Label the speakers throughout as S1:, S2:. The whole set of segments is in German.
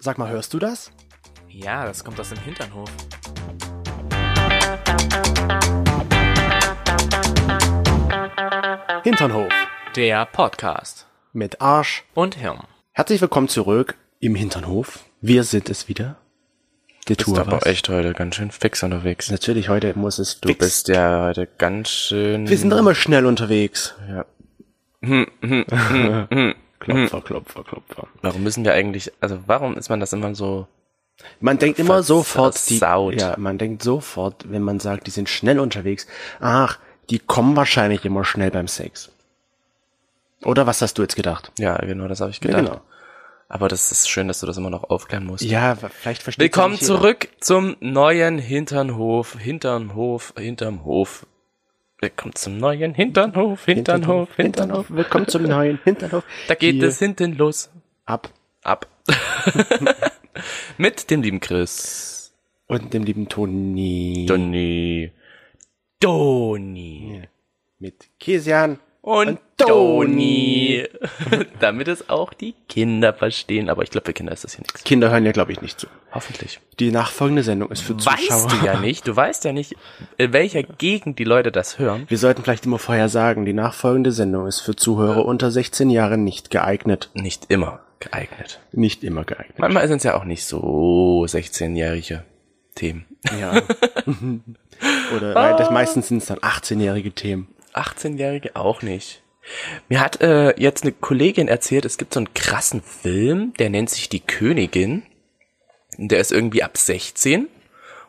S1: Sag mal, hörst du das?
S2: Ja, das kommt aus dem Hinternhof.
S1: Hinternhof
S2: Der Podcast
S1: mit Arsch.
S2: und Hirn.
S1: Herzlich willkommen zurück im Hinternhof. Wir sind es wieder. Der
S3: Du bist
S1: Tour.
S3: aber echt heute ganz schön fix unterwegs.
S1: Natürlich, heute muss es
S3: Du bist ja heute ganz schön.
S1: Wir sind doch immer schnell unterwegs.
S3: Ja. Hm,
S1: Klopfer, Klopfer, Klopfer.
S3: Warum müssen wir eigentlich, also warum ist man das immer so?
S1: Man denkt immer sofort, die,
S3: Versaut.
S1: ja, man denkt sofort, wenn man sagt, die sind schnell unterwegs. Ach, die kommen wahrscheinlich immer schnell beim Sex. Oder was hast du jetzt gedacht?
S3: Ja, genau, das habe ich gedacht. Aber das ist schön, dass du das immer noch aufklären musst.
S1: Ja, vielleicht versteht
S3: Willkommen
S1: nicht jeder.
S3: zurück zum neuen Hinternhof, Hinternhof, hinterm Hof. Willkommen zum neuen Hinternhof, Hinternhof, Hinternhof.
S1: Willkommen zum neuen Hinternhof.
S3: Da geht
S1: Hier
S3: es hinten los.
S1: ab
S3: Ab. Mit dem lieben Chris.
S1: und dem lieben Toni
S3: Donny. Doni.
S1: mit Kesian.
S3: Und,
S1: Und Doni.
S3: Doni. Damit es auch die Kinder verstehen. Aber ich glaube, für Kinder ist das hier nichts.
S1: Kinder hören ja, glaube ich, nicht zu.
S3: Hoffentlich.
S1: Die nachfolgende Sendung ist für Zuschauer.
S3: Weißt du ja nicht. Du weißt ja nicht, in welcher Gegend die Leute das hören.
S1: Wir sollten vielleicht immer vorher sagen, die nachfolgende Sendung ist für Zuhörer unter 16 Jahren nicht geeignet.
S3: Nicht immer geeignet.
S1: Nicht immer geeignet.
S3: Manchmal sind es ja auch nicht so 16-jährige Themen.
S1: Ja. Oder nein,
S3: Ah.
S1: das meistens sind es dann 18-jährige Themen.
S3: 18-Jährige auch nicht. Mir hat äh, jetzt eine Kollegin erzählt, es gibt so einen krassen Film, der nennt sich Die Königin. Und der ist irgendwie ab 16. Und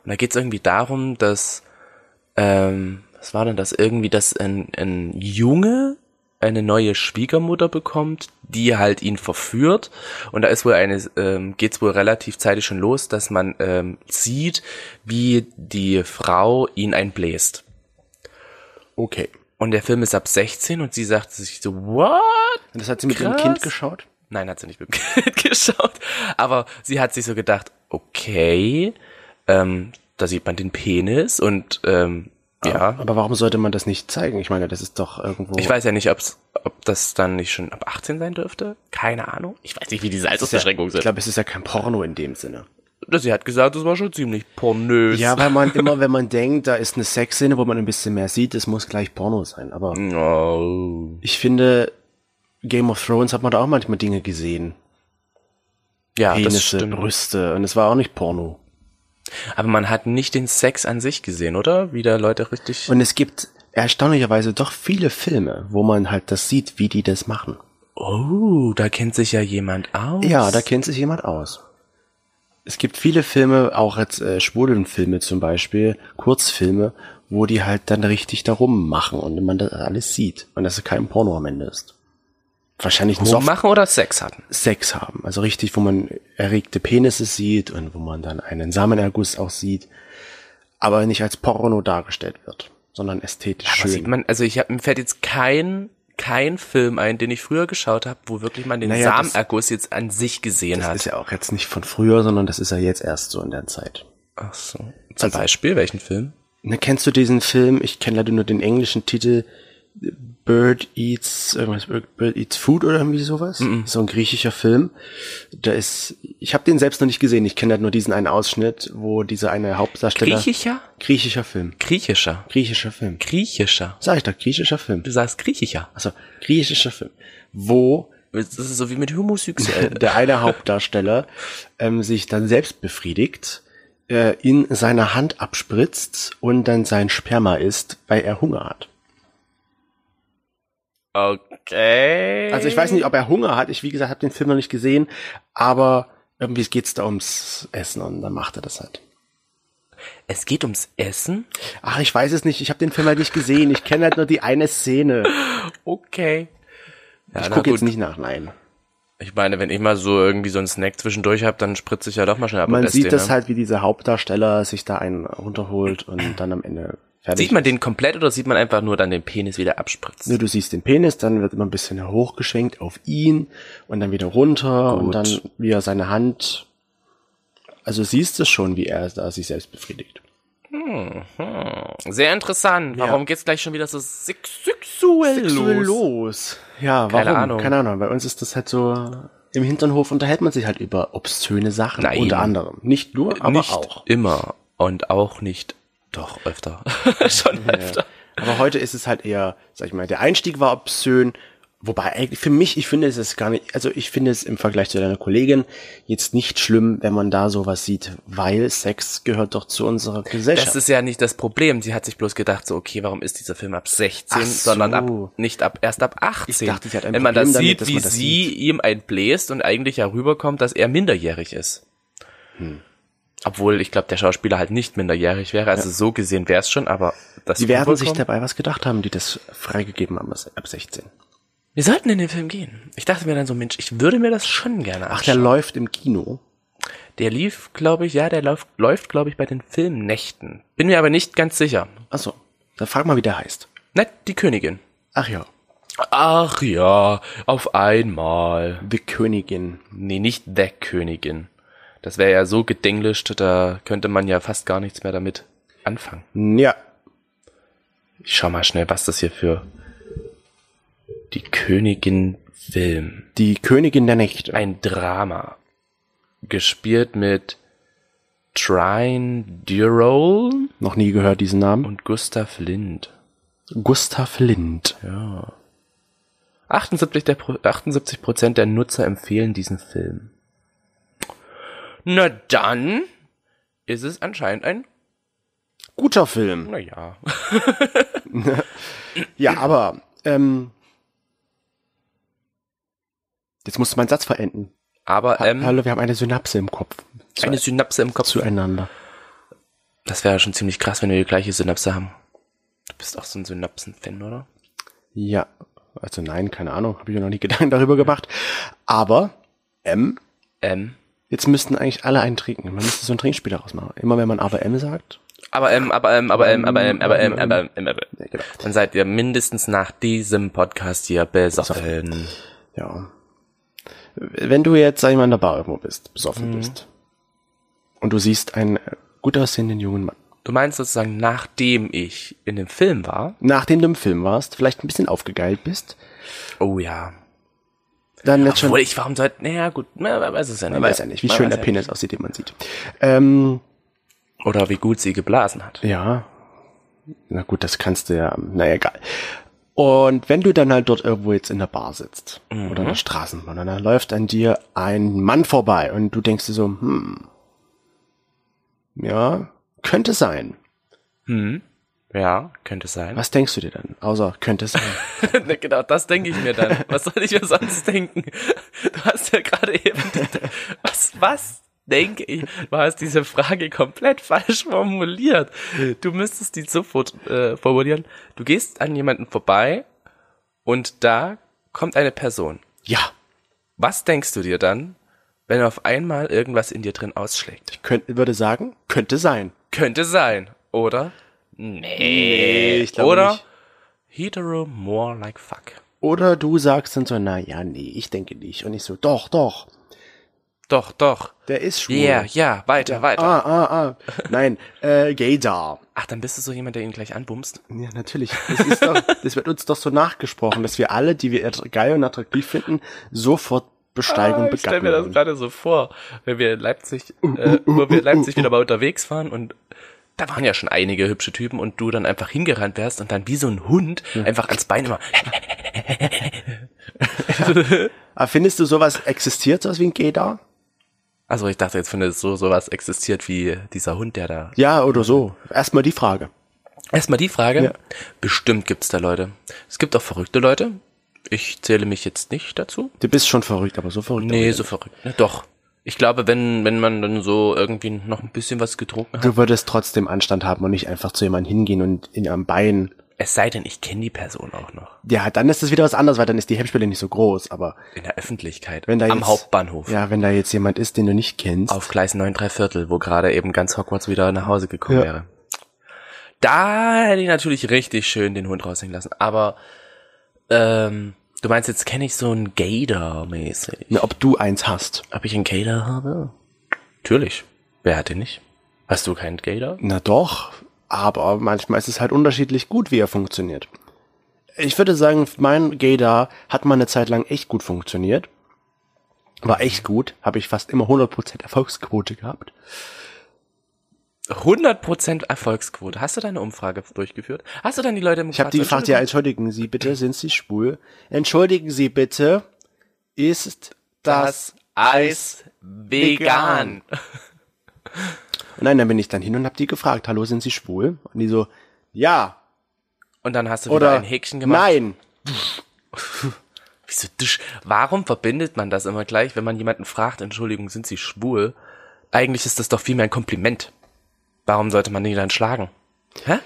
S3: da geht es irgendwie darum, dass, ähm, was war denn das? Irgendwie, dass ein, ein Junge eine neue Schwiegermutter bekommt, die halt ihn verführt. Und da ist wohl eine, ähm, geht's wohl relativ zeitig schon los, dass man ähm, sieht, wie die Frau ihn einbläst.
S1: Okay.
S3: Und der Film ist ab 16 und sie sagt sich so, what?
S1: Und das hat sie mit ihrem
S3: Krass.
S1: Kind geschaut?
S3: Nein, hat sie nicht mit dem Kind geschaut. Aber sie hat sich so gedacht, okay, ähm, da sieht man den Penis und ähm, ja.
S1: Aber warum sollte man das nicht zeigen? Ich meine, das ist doch irgendwo.
S3: Ich weiß ja nicht, ob's, ob das dann nicht schon ab 18 sein dürfte. Keine Ahnung. Ich weiß nicht, wie diese
S1: Das ist ja,
S3: Altersbeschränkungen
S1: ich
S3: sind.
S1: glaube, es ist ja kein Porno in dem Sinne.
S3: Sie hat gesagt, das war schon ziemlich pornös.
S1: Ja, weil man immer, wenn man denkt, da ist eine Sexszene, wo man ein bisschen mehr sieht, es muss gleich Porno sein. Aber
S3: Mhm. Oh.
S1: ich finde, Game of Thrones hat man da auch manchmal Dinge gesehen.
S3: ja Ah, das
S1: Penisse,
S3: stimmt.
S1: Brüste. Und es war auch nicht Porno.
S3: Aber man hat nicht den Sex an sich gesehen, oder? Wie da Leute richtig...
S1: Und es gibt erstaunlicherweise doch viele Filme, wo man halt das sieht, wie die das machen.
S3: oh, da kennt sich ja jemand aus.
S1: Ja, da kennt sich jemand aus. Es gibt viele Filme, auch jetzt äh, Schwulenfilme zum Beispiel, Kurzfilme, wo die halt dann richtig darum machen und man das alles sieht und dass es kein Porno am Ende ist. Wahrscheinlich ein
S3: Soft
S1: Soft
S3: machen oder Sex hatten.
S1: Sex haben, also richtig, wo man erregte Penisse sieht und wo man dann einen Samenerguss auch sieht, aber nicht als Porno dargestellt wird, sondern ästhetisch
S3: Aber sieht
S1: schön.
S3: man, also ich hab, mir fällt jetzt kein kein Film ein, den ich früher geschaut habe, wo wirklich man den
S1: Naja, das-
S3: Samenerguss jetzt an sich gesehen
S1: Das
S3: hat.
S1: ist ja auch jetzt nicht von früher, sondern das ist ja jetzt erst so in der Zeit.
S3: Ach so. Zum Beispiel welchen Film?
S1: Na, kennst du diesen Film? Ich kenne leider nur den englischen Titel Bird Eats, irgendwas, Bird Eats Food oder irgendwie sowas.
S3: Mhm.
S1: So ein griechischer Film. Da ist, ich habe den selbst noch nicht gesehen. Ich kenne halt nur diesen einen Ausschnitt, wo dieser eine Hauptdarsteller.
S3: Griechischer?
S1: Griechischer Film.
S3: Griechischer.
S1: Griechischer Film.
S3: Griechischer.
S1: Sag ich doch, griechischer Film.
S3: Du sagst Griechischer.
S1: Also griechischer Film. Wo äh,
S3: Das ist so wie mit homosexuell.
S1: der eine Hauptdarsteller ähm, sich dann selbst befriedigt, äh, in seiner Hand abspritzt und dann sein Sperma isst, weil er Hunger hat.
S3: okay.
S1: Also ich weiß nicht, ob er Hunger hat. Ich, wie gesagt, habe den Film noch nicht gesehen, aber irgendwie geht's da ums Essen und dann macht er das halt.
S3: Es geht ums Essen.
S1: Ach, ich weiß es nicht. Ich habe den Film halt nicht gesehen. Ich kenne halt nur die eine Szene.
S3: Okay. Ja,
S1: ich
S3: na
S1: gucke jetzt
S3: gut.
S1: nicht nach, nein.
S3: Ich meine, wenn ich mal so irgendwie so einen Snack zwischendurch habe, dann spritze ich ja doch mal schnell ab.
S1: Man
S3: und esse
S1: sieht
S3: den,
S1: das
S3: ne?
S1: halt, wie dieser Hauptdarsteller sich da einen runterholt und dann am Ende fertig.
S3: Sieht man den komplett oder sieht man einfach nur dann den Penis wieder abspritzen?
S1: Nö, Ne, du siehst den Penis, dann wird immer ein bisschen hochgeschwenkt auf ihn und dann wieder runter und
S3: Gut.
S1: dann wieder seine Hand. Also siehst du schon, wie er da sich selbst befriedigt.
S3: Sehr interessant. Warum geht's gleich schon wieder so sex- sexuell los?
S1: los? Ja, warum?
S3: Keine Ahnung.
S1: Keine Ahnung. Bei uns ist das halt so im Hinternhof unterhält man sich halt über obszöne Sachen,
S3: Nein.
S1: unter anderem. Nicht nur, aber
S3: nicht
S1: auch.
S3: immer und auch nicht, doch öfter. Schon öfter.
S1: Aber heute ist es halt eher, sag ich mal, der Einstieg war obszön. Wobei eigentlich für mich, ich finde es ist gar nicht, also ich finde es im Vergleich zu deiner Kollegin jetzt nicht schlimm, wenn man da sowas sieht, weil Sex gehört doch zu unserer Gesellschaft.
S3: Das ist ja nicht das Problem. Sie hat sich bloß gedacht, so, okay, warum ist dieser Film ab 16,
S1: Ach so.
S3: sondern ab, nicht ab, erst ab 18.
S1: Ich dachte, sie hat ein
S3: Wenn man
S1: Problem
S3: das
S1: damit,
S3: sieht,
S1: dass
S3: wie
S1: man das
S3: sie ihm einbläst und eigentlich ja rüberkommt, dass er minderjährig ist.
S1: Hm.
S3: Obwohl, ich glaube, der Schauspieler halt nicht minderjährig wäre. Also so gesehen wäre es schon, aber das
S1: die werden sich
S3: rüberkommt-
S1: dabei was gedacht haben, die das freigegeben haben das ab 16.
S3: Wir sollten in den Film gehen. Ich dachte mir dann so, Mensch, ich würde mir das schon gerne
S1: Ach, der
S3: anschauen.
S1: läuft im Kino.
S3: der, lief, glaube ich, ja, der läuft, läuft glaube ich, bei den Filmnächten. Bin mir aber nicht ganz sicher.
S1: Achso, dann frag mal, wie der heißt.
S3: Na, die Königin.
S1: Ach ja,
S3: Ach ja, auf einmal.
S1: The Königin.
S3: Nee, nicht The Königin. Das wäre ja so gedenglischt, da könnte man ja fast gar nichts mehr damit anfangen.
S1: Ja,
S3: Ich schau mal schnell, was das hier für die Königin Film.
S1: die Königin der Nächte.
S3: Ein Drama. Gespielt mit Trine Durrell
S1: Noch nie gehört diesen Namen.
S3: und Gustav Lind.
S1: Gustav Lind.
S3: 78 der Pro 78 Prozent der Nutzer empfehlen diesen Film. Na dann ist es anscheinend ein,
S1: Guter Film.
S3: naja.
S1: Ja, aber ähm, jetzt musst du meinen Satz verenden.
S3: Aber
S1: Ha
S3: ähm,
S1: Hallo, wir haben eine Synapse im Kopf zu
S3: eine Synapse im Kopf.
S1: zueinander.
S3: Das wäre schon ziemlich krass, wenn wir die gleiche Synapse haben. Du bist auch so ein Synapsen-Fan, oder?
S1: Ja, also nein, keine Ahnung, habe ich mir noch nie Gedanken darüber gemacht. Aber M,
S3: Ähm.
S1: jetzt müssten eigentlich alle einen trinken. Man müsste so ein Trinkspiel daraus machen. Immer wenn man aber M sagt.
S3: Aber ähm, aber ähm, aber ähm, aber ähm, aber ähm, aber ähm, aber
S1: Ja,
S3: ähm.
S1: genau.
S3: Dann seid ihr mindestens nach diesem Podcast hier besoffen.
S1: Ja. Wenn du jetzt, sag ich mal, in der Bar irgendwo bist,
S3: Mhm.
S1: besoffen bist und du siehst einen äh, gut aussehenden jungen Mann,
S3: Du meinst sozusagen, nachdem ich in dem Film war?
S1: nachdem du im Film warst, vielleicht ein bisschen aufgegeilt bist,
S3: Oh ja.
S1: dann jetzt schon
S3: Obwohl ich, warum sollte, naja, gut, na, man weiß es ja nicht.
S1: Man weiß ja nicht, wie
S3: Man
S1: schön
S3: weiß
S1: der
S3: ja
S1: Penis aussieht, den man sieht. Ähm,
S3: nicht. Oder wie gut sie geblasen hat.
S1: ja. Na gut, das kannst du ja, naja, egal. Und wenn du dann halt dort irgendwo jetzt in der Bar sitzt oder in der Straßenbahn und dann läuft an dir ein Mann vorbei und du denkst dir so, hm, ja, könnte sein.
S3: Ja, könnte sein.
S1: Was denkst du dir dann? Außer, könnte sein.
S3: genau, das denke ich mir dann. Was soll ich mir sonst denken? Du hast ja gerade eben, was, was denke ich? Du hast diese Frage komplett falsch formuliert. Du müsstest die so fort- äh, formulieren. Du gehst an jemanden vorbei und da kommt eine Person.
S1: ja,
S3: Was denkst du dir dann, wenn auf einmal irgendwas in dir drin ausschlägt?
S1: könnte, würde sagen, könnte sein.
S3: Könnte sein, oder? Nee.
S1: ich glaube
S3: oder
S1: nicht.
S3: hetero more like fuck.
S1: Oder du sagst dann so, na ja, nee, ich denke nicht. Und ich so, doch, doch,
S3: Doch, doch.
S1: der ist schwul.
S3: Ja, yeah, ja, weiter, weiter.
S1: Ah, ah, ah. Nein, äh, Gaydar.
S3: Ach, dann bist du so jemand, der ihn gleich anbumst.
S1: Ja, natürlich. Das, ist doch, das wird uns doch so nachgesprochen, dass wir alle, die wir att- geil und attraktiv finden, sofort besteigen und
S3: Ah, ich stell
S1: begatten
S3: mir das
S1: würden.
S3: gerade so vor, wenn wir in Leipzig, äh, wo wir in Leipzig wieder mal unterwegs waren und da waren ja schon einige hübsche Typen und du dann einfach hingerannt wärst und dann wie so ein Hund einfach ans Bein immer.
S1: Aber Ah, findest du sowas, existiert sowas wie ein Gaydar?
S3: Also ich dachte jetzt, finde so sowas existiert wie dieser Hund, der da
S1: Ja oder so? Erstmal die Frage.
S3: Erstmal die Frage.
S1: Ja.
S3: Bestimmt gibt's da Leute. Es gibt auch verrückte Leute. Ich zähle mich jetzt nicht dazu.
S1: Du bist schon verrückt, aber so verrückt.
S3: Nee,
S1: aber
S3: so verrückt. Ne? Doch. Ich glaube, wenn, wenn man dann so irgendwie noch ein bisschen was getrunken hat.
S1: Du würdest trotzdem Anstand haben und nicht einfach zu jemandem hingehen und in am Bein.
S3: Es sei denn, ich kenne die Person auch noch.
S1: Ja, dann ist das wieder was anderes, weil dann ist die Hemmschwelle nicht so groß. Aber
S3: In der Öffentlichkeit.
S1: wenn da jetzt,
S3: am Hauptbahnhof.
S1: Ja, wenn da jetzt jemand ist, den du nicht kennst.
S3: Auf Gleis 9 3 Viertel, wo gerade eben ganz Hogwarts wieder nach Hause gekommen
S1: Ja.
S3: wäre. Da hätte ich natürlich richtig schön den Hund raushängen lassen. Aber ähm, du meinst, jetzt kenne ich so einen Gator-mäßig.
S1: Na, ne, ob du eins hast.
S3: Ob ich einen Gator habe? Natürlich. Wer hat den nicht? Hast du keinen Gator?
S1: Na doch, aber manchmal ist es halt unterschiedlich gut, wie er funktioniert. Ich würde sagen, mein Gaydar hat mal eine Zeit lang echt gut funktioniert. War echt gut, habe ich fast immer 100% Erfolgsquote gehabt.
S3: 100% Erfolgsquote. Hast du deine Umfrage durchgeführt? Hast du dann die Leute im
S1: Ich habe die gefragt, ja, entschuldigen Sie bitte, sind Sie schwul? Entschuldigen Sie bitte, ist das...
S3: das Eis vegan.
S1: Und Nein, dann bin ich dann hin und habe die gefragt, hallo, sind Sie schwul? Und die so, ja
S3: Und dann hast du
S1: oder
S3: wieder ein Häkchen gemacht.
S1: nein.
S3: Wieso dusch? Warum verbindet man das immer gleich, wenn man jemanden fragt, Entschuldigung, sind Sie schwul? Eigentlich ist das doch vielmehr ein Kompliment. Warum sollte man die dann schlagen? Hä?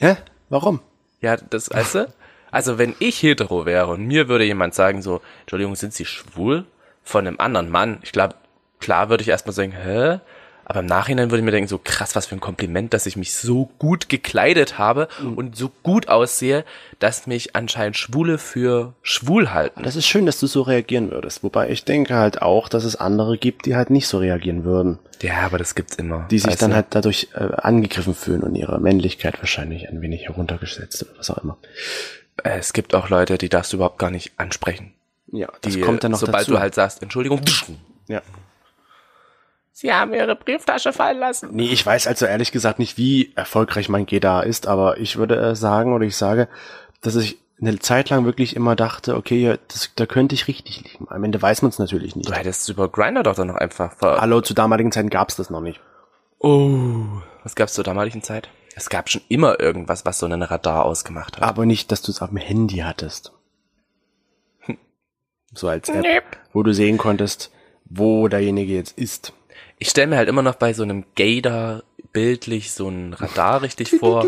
S1: Hä? Warum?
S3: Ja, das, weißt du? Also, wenn ich hetero wäre und mir würde jemand sagen so, Entschuldigung, sind Sie schwul? Von einem anderen Mann. Ich glaube, klar würde ich erstmal sagen, hä? Aber im Nachhinein würde ich mir denken, so krass, was für ein Kompliment, dass ich mich so gut gekleidet habe und so gut aussehe, dass mich anscheinend Schwule für schwul halten.
S1: Das ist schön, dass du so reagieren würdest. Wobei ich denke halt auch, dass es andere gibt, die halt nicht so reagieren würden.
S3: Ja, aber das gibt's immer.
S1: Die sich
S3: Weißt
S1: dann
S3: du?
S1: halt dadurch äh, angegriffen fühlen und ihre Männlichkeit wahrscheinlich ein wenig heruntergesetzt oder was auch immer.
S3: Äh, Es gibt auch Leute, die darfst du überhaupt gar nicht ansprechen.
S1: Ja, das
S3: Die,
S1: kommt dann noch
S3: sobald
S1: dazu. Hm.
S3: du halt sagst, Entschuldigung,
S1: ja.
S3: Sie haben Ihre Brieftasche fallen lassen.
S1: Nee, ich weiß also ehrlich gesagt nicht, wie erfolgreich mein GDA ist, aber ich würde äh, sagen oder ich sage, dass ich eine Zeit lang wirklich immer dachte, okay, ja, das, da könnte ich richtig liegen. Am Ende weiß man es natürlich nicht.
S3: Du hättest über Grinder doch dann noch einfach ver
S1: Hallo, zu damaligen Zeiten gab's das noch nicht.
S3: Oh. Was gab's zur damaligen Zeit? Es gab schon immer irgendwas, was so einen Radar ausgemacht hat.
S1: Aber nicht, dass du es auf dem Handy hattest. Hm. So als App,
S3: Nee.
S1: wo du sehen konntest, wo derjenige jetzt ist.
S3: Ich stelle mir halt immer noch bei so einem Gator bildlich so ein Radar richtig vor.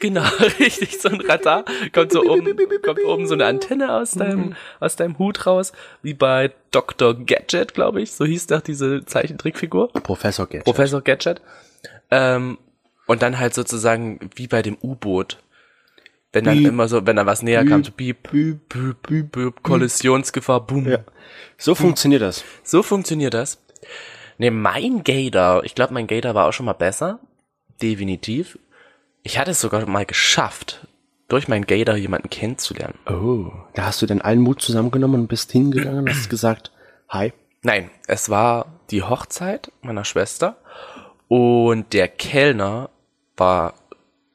S3: Genau, richtig, so ein Radar. Kommt so oben, kommt oben so eine Antenne aus
S1: Mhm.
S3: deinem, aus deinem Hut raus, wie bei Dr. Gadget, glaube ich. So hieß doch diese Zeichentrickfigur.
S1: Professor Gadget.
S3: Professor Gadget. Ähm, und dann halt sozusagen wie bei dem U-Boot. Wenn dann
S1: Piep.
S3: immer so, wenn dann was näher kam, so piep,
S1: Piep,
S3: piep, piep, piep, Kollisionsgefahr, boom.
S1: Ja.
S3: Hm.
S1: so funktioniert das.
S3: So funktioniert das. Ne, mein Gator, ich glaube, mein Gator war auch schon mal besser. Definitiv. Ich hatte es sogar mal geschafft, durch meinen Gator jemanden kennenzulernen.
S1: Oh. Da hast du dann allen Mut zusammengenommen und bist hingegangen und hast gesagt, hi.
S3: Nein, es war die Hochzeit meiner Schwester und der Kellner war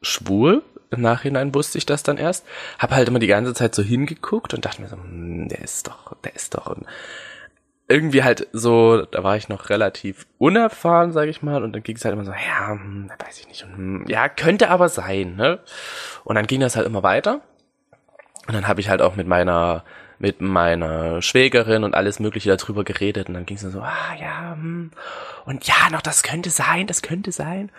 S3: schwul. Im Nachhinein wusste ich das dann erst. Hab halt immer die ganze Zeit so hingeguckt und dachte mir so, "Hm, der ist doch, der ist doch. Und irgendwie halt so, da war ich noch relativ unerfahren, sage ich mal. Und dann ging es halt immer so, ja, hm, weiß ich nicht. Und, hm, ja, könnte aber sein, ne? Und dann ging das halt immer weiter. Und dann habe ich halt auch mit meiner mit meiner Schwägerin und alles mögliche darüber geredet und dann ging es so, ah ja, hm, und ja, noch das könnte sein, das könnte sein.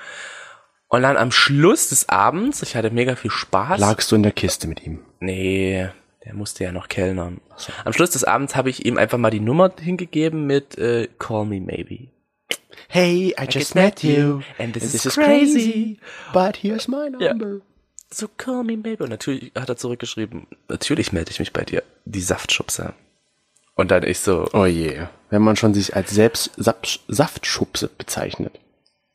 S3: Und dann am Schluss des Abends, ich hatte mega viel Spaß.
S1: Lagst du in der Kiste mit ihm?
S3: Nee, der musste ja noch kellnern. Am Schluss des Abends habe ich ihm einfach mal die Nummer hingegeben mit äh, Call Me Maybe.
S1: Hey, I, just met you.
S3: and this is crazy,
S1: But here's my
S3: Ja.
S1: number.
S3: So Call Me Maybe. Und natürlich hat er zurückgeschrieben, natürlich melde ich mich bei dir, die Saftschubser. Und dann ich so,
S1: Oh je. Wenn man schon sich als selbst Sap- Saftschubse bezeichnet.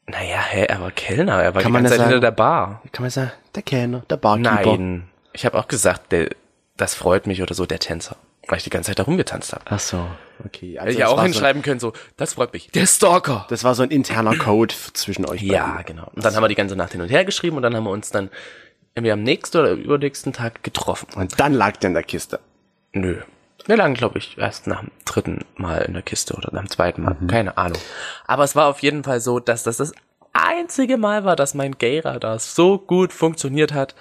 S3: naja, hä, er war Kellner, er war
S1: Kann
S3: die
S1: man
S3: ganze
S1: das
S3: Zeit hinter
S1: sagen?
S3: der Bar.
S1: Kann man sagen, der Kellner, der Barkeeper.
S3: Nein, ich habe auch gesagt, der, das freut mich oder so, der Tänzer, weil ich die ganze Zeit da rumgetanzt habe.
S1: Ach so, okay. Also
S3: Hätte ich ja
S1: das
S3: auch
S1: war
S3: hinschreiben können, so, das freut mich, der Stalker.
S1: So, das war so ein interner Code f- zwischen euch
S3: Ja,
S1: beiden.
S3: genau. Und dann haben wir die ganze Nacht hin und her geschrieben und dann haben wir uns dann irgendwie am nächsten oder übernächsten Tag getroffen.
S1: Und dann lag der in der Kiste.
S3: Nö. Wir lagen, glaube ich, erst nach dem dritten Mal in der Kiste oder nach dem zweiten Mal. Keine Ahnung. Aber es war auf jeden Fall so, dass das das einzige Mal war, dass mein Gay-Radar so gut funktioniert hat,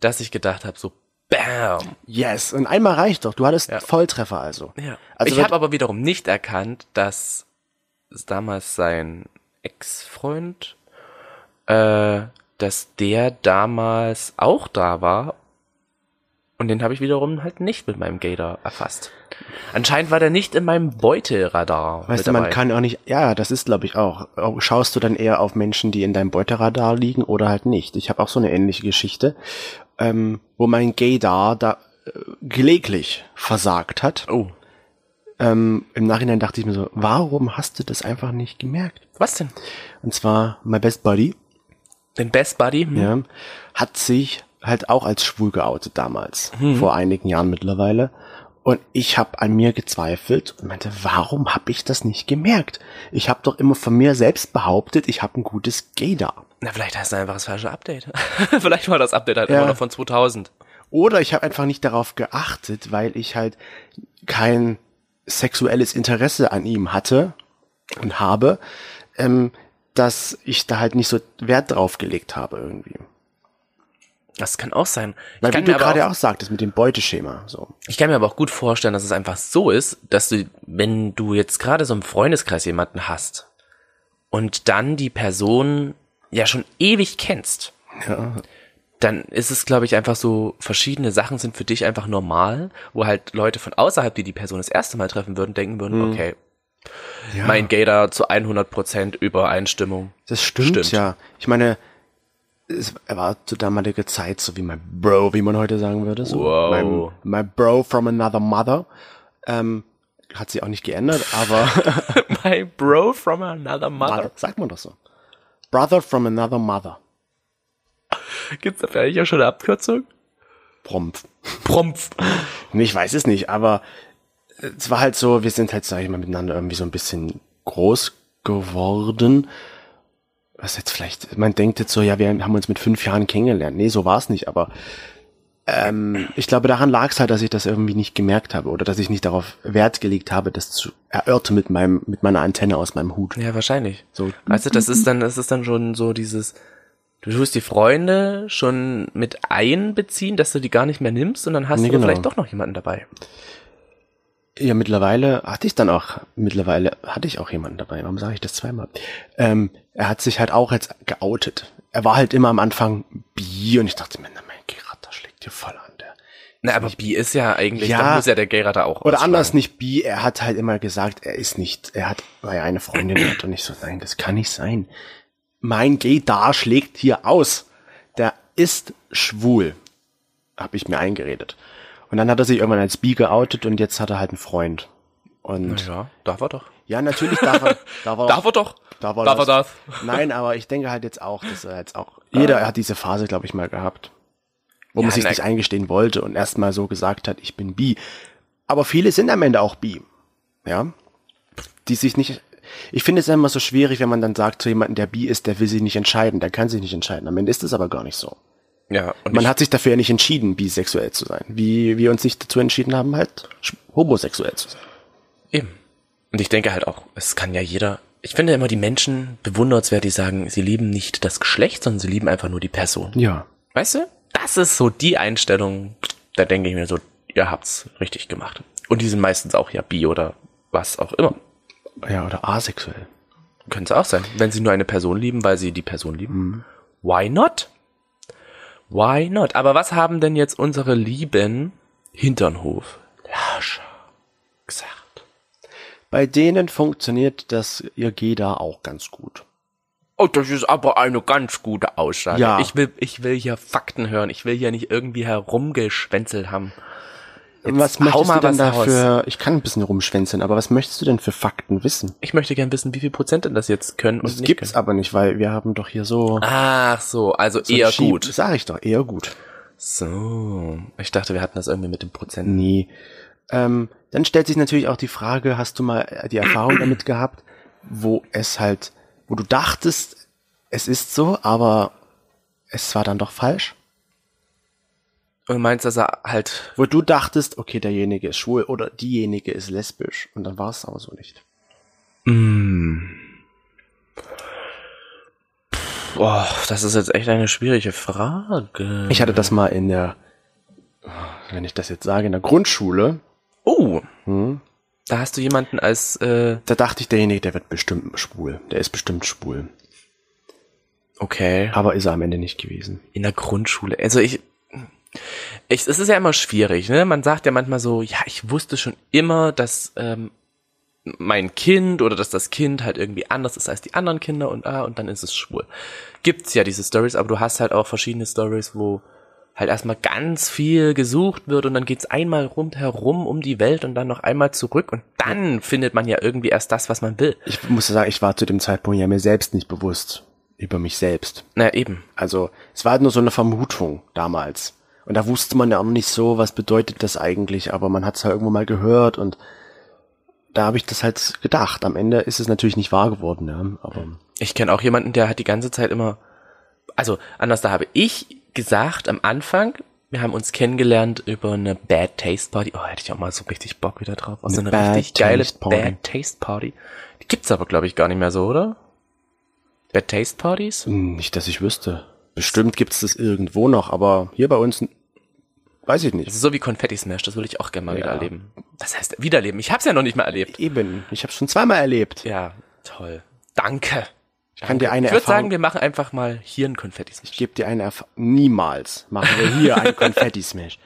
S3: dass ich gedacht habe, so BAM.
S1: Yes, und einmal reicht doch. Du hattest Volltreffer also. Also
S3: Also ich habe aber wiederum nicht erkannt, dass es damals sein Ex-Freund, äh, dass der damals auch da war. Und den habe ich wiederum halt nicht mit meinem Gator erfasst. Anscheinend war der nicht in meinem Beutelradar.
S1: Weißt
S3: mit
S1: du, man
S3: dabei.
S1: kann auch nicht, ja, das ist glaube ich auch. Schaust du dann eher auf Menschen, die in deinem Beuteradar liegen oder halt nicht? Ich habe auch so eine ähnliche Geschichte, ähm, wo mein Gaydar da äh, gelegentlich versagt hat.
S3: Oh,
S1: Ähm, Im Nachhinein dachte ich mir so, warum hast du das einfach nicht gemerkt?
S3: was denn?
S1: Und zwar, my best buddy,
S3: Den Best Buddy? Hm.
S1: ja,
S3: Mhm.
S1: hat sich halt auch als schwul geoutet damals, vor einigen Jahren mittlerweile. Und ich habe an mir gezweifelt und meinte, warum habe ich das nicht gemerkt? Ich habe doch immer von mir selbst behauptet, ich habe ein gutes Gaydar.
S3: Na, vielleicht hast du einfach das falsche Update. vielleicht war das Update halt
S1: Ja.
S3: immer noch von 2000.
S1: Oder ich habe einfach nicht darauf geachtet, weil ich halt kein sexuelles Interesse an ihm hatte und habe, ähm, dass ich da halt nicht so Wert drauf gelegt habe irgendwie.
S3: Das kann auch sein.
S1: Weil
S3: ich, kann
S1: wie du
S3: mir aber
S1: gerade
S3: auch,
S1: auch sagtest, mit dem Beuteschema. So.
S3: ich kann mir aber auch gut vorstellen, dass es einfach so ist, dass du, wenn du jetzt gerade so im Freundeskreis jemanden hast und dann die Person ja schon ewig kennst, dann ist es, glaube ich, einfach so, verschiedene Sachen sind für dich einfach normal, wo halt Leute von außerhalb, die die Person das erste Mal treffen würden, denken würden, okay, mein Gator zu 100% Übereinstimmung.
S1: Das stimmt,
S3: Stimmt.
S1: ja. Ich meine, es war zu damaliger Zeit so wie mein Bro, wie man heute sagen würde. So
S3: Wow.
S1: Mein, mein Bro from another mother. Ähm, hat sich auch nicht geändert, aber
S3: My bro from another mother.
S1: Mother, sagt man doch so. Brother from another mother.
S3: Gibt's da vielleicht auch schon eine Abkürzung?
S1: Prompt.
S3: Prompf.
S1: Nee, Ich weiß es nicht, aber es war halt so, wir sind halt, sag ich mal, miteinander irgendwie so ein bisschen groß geworden. Was jetzt vielleicht, man denkt jetzt so, ja, wir haben uns mit fünf Jahren kennengelernt. Nee, so war es nicht, aber ähm, ich glaube, daran lag es halt, dass ich das irgendwie nicht gemerkt habe oder dass ich nicht darauf Wert gelegt habe, das zu erörtern mit meinem, mit meiner Antenne aus meinem Hut.
S3: Ja, wahrscheinlich.
S1: So.
S3: Also das ist dann, das ist dann schon so dieses, du tust die Freunde schon mit einbeziehen, dass du die gar nicht mehr nimmst und dann hast
S1: Nee,
S3: du
S1: genau.
S3: vielleicht doch noch jemanden dabei.
S1: Ja, mittlerweile hatte ich dann auch, mittlerweile hatte ich auch jemanden dabei. Warum sage ich das zweimal? Ähm, er hat sich halt auch jetzt geoutet. Er war halt immer am Anfang bi und ich dachte mir, na mein Gerard, da schlägt dir voll an der.
S3: Na, aber B ist ja eigentlich,
S1: Ja.
S3: da muss ja der Gera da auch
S1: Oder
S3: ausschlagen.
S1: anders nicht bi, er hat halt immer gesagt, er ist nicht, er hat, weil er eine Freundin hat und ich so, nein, das kann nicht sein. Mein Gay da schlägt hier aus. Der ist schwul. Habe ich mir eingeredet. Und dann hat er sich irgendwann als bi geoutet und jetzt hat er halt einen Freund. Und
S3: Ja, darf er doch.
S1: ja, natürlich darf er. Darf er,
S3: Darf er doch.
S1: Darf er,
S3: Darf er das?
S1: Nein, aber ich denke halt jetzt auch, dass er jetzt auch. Jeder hat diese Phase, glaube ich, mal gehabt. Wo man
S3: Ja,
S1: sich
S3: na-
S1: nicht eingestehen wollte und erstmal so gesagt hat, ich bin bi. Aber viele sind am Ende auch bi. Ja. Die sich nicht. Ich finde es immer so schwierig, wenn man dann sagt zu jemandem, der bi ist, der will sich nicht entscheiden, der kann sich nicht entscheiden. Am Ende ist es aber gar nicht so.
S3: Ja, und
S1: Man
S3: ich,
S1: hat sich dafür ja nicht entschieden, bisexuell zu sein. Wie wir uns nicht dazu entschieden haben, halt sch- homosexuell zu sein.
S3: eben. Und ich denke halt auch, es kann ja jeder, ich finde immer die Menschen bewundernswert, die sagen, sie lieben nicht das Geschlecht, sondern sie lieben einfach nur die Person.
S1: Ja.
S3: Weißt du? Das ist so die Einstellung, da denke ich mir so, ihr habt's richtig gemacht. Und die sind meistens auch ja bi oder was auch immer.
S1: Ja, oder asexuell.
S3: Könnte es auch sein. Wenn sie nur eine Person lieben, weil sie die Person lieben.
S1: Mhm.
S3: Why not? Why not? Aber was haben denn jetzt unsere lieben Hinternhof Lauscher gesagt?
S1: Bei denen funktioniert das ihr da auch ganz gut.
S3: Oh, das ist aber eine ganz gute Aussage.
S1: Ja.
S3: Ich will, ich will hier Fakten hören. Ich will hier nicht irgendwie herumgeschwänzelt haben.
S1: was
S3: hau
S1: möchtest
S3: mal
S1: du denn
S3: was raus.
S1: dafür? Ich kann ein bisschen rumschwänzeln, aber was möchtest du denn für Fakten wissen?
S3: Ich möchte gern wissen, wie viel Prozent denn das jetzt können und
S1: Das
S3: nicht
S1: gibt's
S3: können.
S1: aber nicht, weil wir haben doch hier so.
S3: Ach so, also
S1: so
S3: eher
S1: ein Schieb-
S3: gut.
S1: Sag ich doch, eher gut.
S3: So, ich dachte, wir hatten das irgendwie mit dem Prozent.
S1: Nee. Ähm, dann stellt sich natürlich auch die Frage, hast du mal die Erfahrung damit gehabt, wo es halt, wo du dachtest, es ist so, aber es war dann doch falsch?
S3: Und du meinst, dass er halt,
S1: Wo du dachtest, okay, derjenige ist schwul oder diejenige ist lesbisch und dann war es aber so nicht.
S3: boah, das ist jetzt echt eine schwierige Frage.
S1: Ich hatte das mal in der, wenn ich das jetzt sage, in der Grundschule.
S3: oh, da hast du jemanden als, äh,
S1: Da dachte ich, derjenige, der wird bestimmt schwul. Der ist bestimmt schwul.
S3: okay,
S1: Aber ist er am Ende nicht gewesen.
S3: in der Grundschule. Also ich, ich, es ist ja immer schwierig, ne? Man sagt ja manchmal so, ja, ich wusste schon immer, dass ähm, mein Kind oder dass das Kind halt irgendwie anders ist als die anderen Kinder und ah, und dann ist es schwul. Gibt's ja diese Stories, aber du hast halt auch verschiedene Stories, wo halt erstmal ganz viel gesucht wird und dann geht's einmal rundherum um die Welt und dann noch einmal zurück und dann findet man ja irgendwie erst das, was man will.
S1: Ich muss sagen, ich war zu dem Zeitpunkt ja mir selbst nicht bewusst über mich selbst.
S3: Na eben.
S1: Also es war halt nur so eine Vermutung damals. Und da wusste man ja auch noch nicht so, was bedeutet das eigentlich, aber man hat es halt irgendwo mal gehört und da habe ich das halt gedacht. Am Ende ist es natürlich nicht wahr geworden, ja. Aber
S3: Ich kenne auch jemanden, der hat die ganze Zeit immer, also anders, da habe ich gesagt am Anfang, wir haben uns kennengelernt über eine Bad Taste Party. Oh, hätte ich auch mal so richtig Bock wieder drauf. Also eine,
S1: Eine Bad
S3: richtig geile
S1: Taste Party.
S3: Bad Taste Party. Die gibt's aber, glaube ich, gar nicht mehr so, oder? Bad Taste Partys?
S1: hm, nicht, dass ich wüsste. Bestimmt gibt's das irgendwo noch, aber hier bei uns n- weiß ich nicht.
S3: Das ist so wie Konfetti Smash, das würde ich auch gerne mal wieder erleben. Was heißt wiederleben? Ich hab's ja noch nicht mal erlebt.
S1: Eben, ich habe schon zweimal erlebt.
S3: Ja, toll. Danke.
S1: Ich kann dir eine
S3: ich würde sagen,
S1: Erfahrung.
S3: wir machen einfach mal hier ein Konfetti Smash.
S1: Ich gebe dir eine Erfahrung. Niemals machen wir hier einen Konfetti-Smash.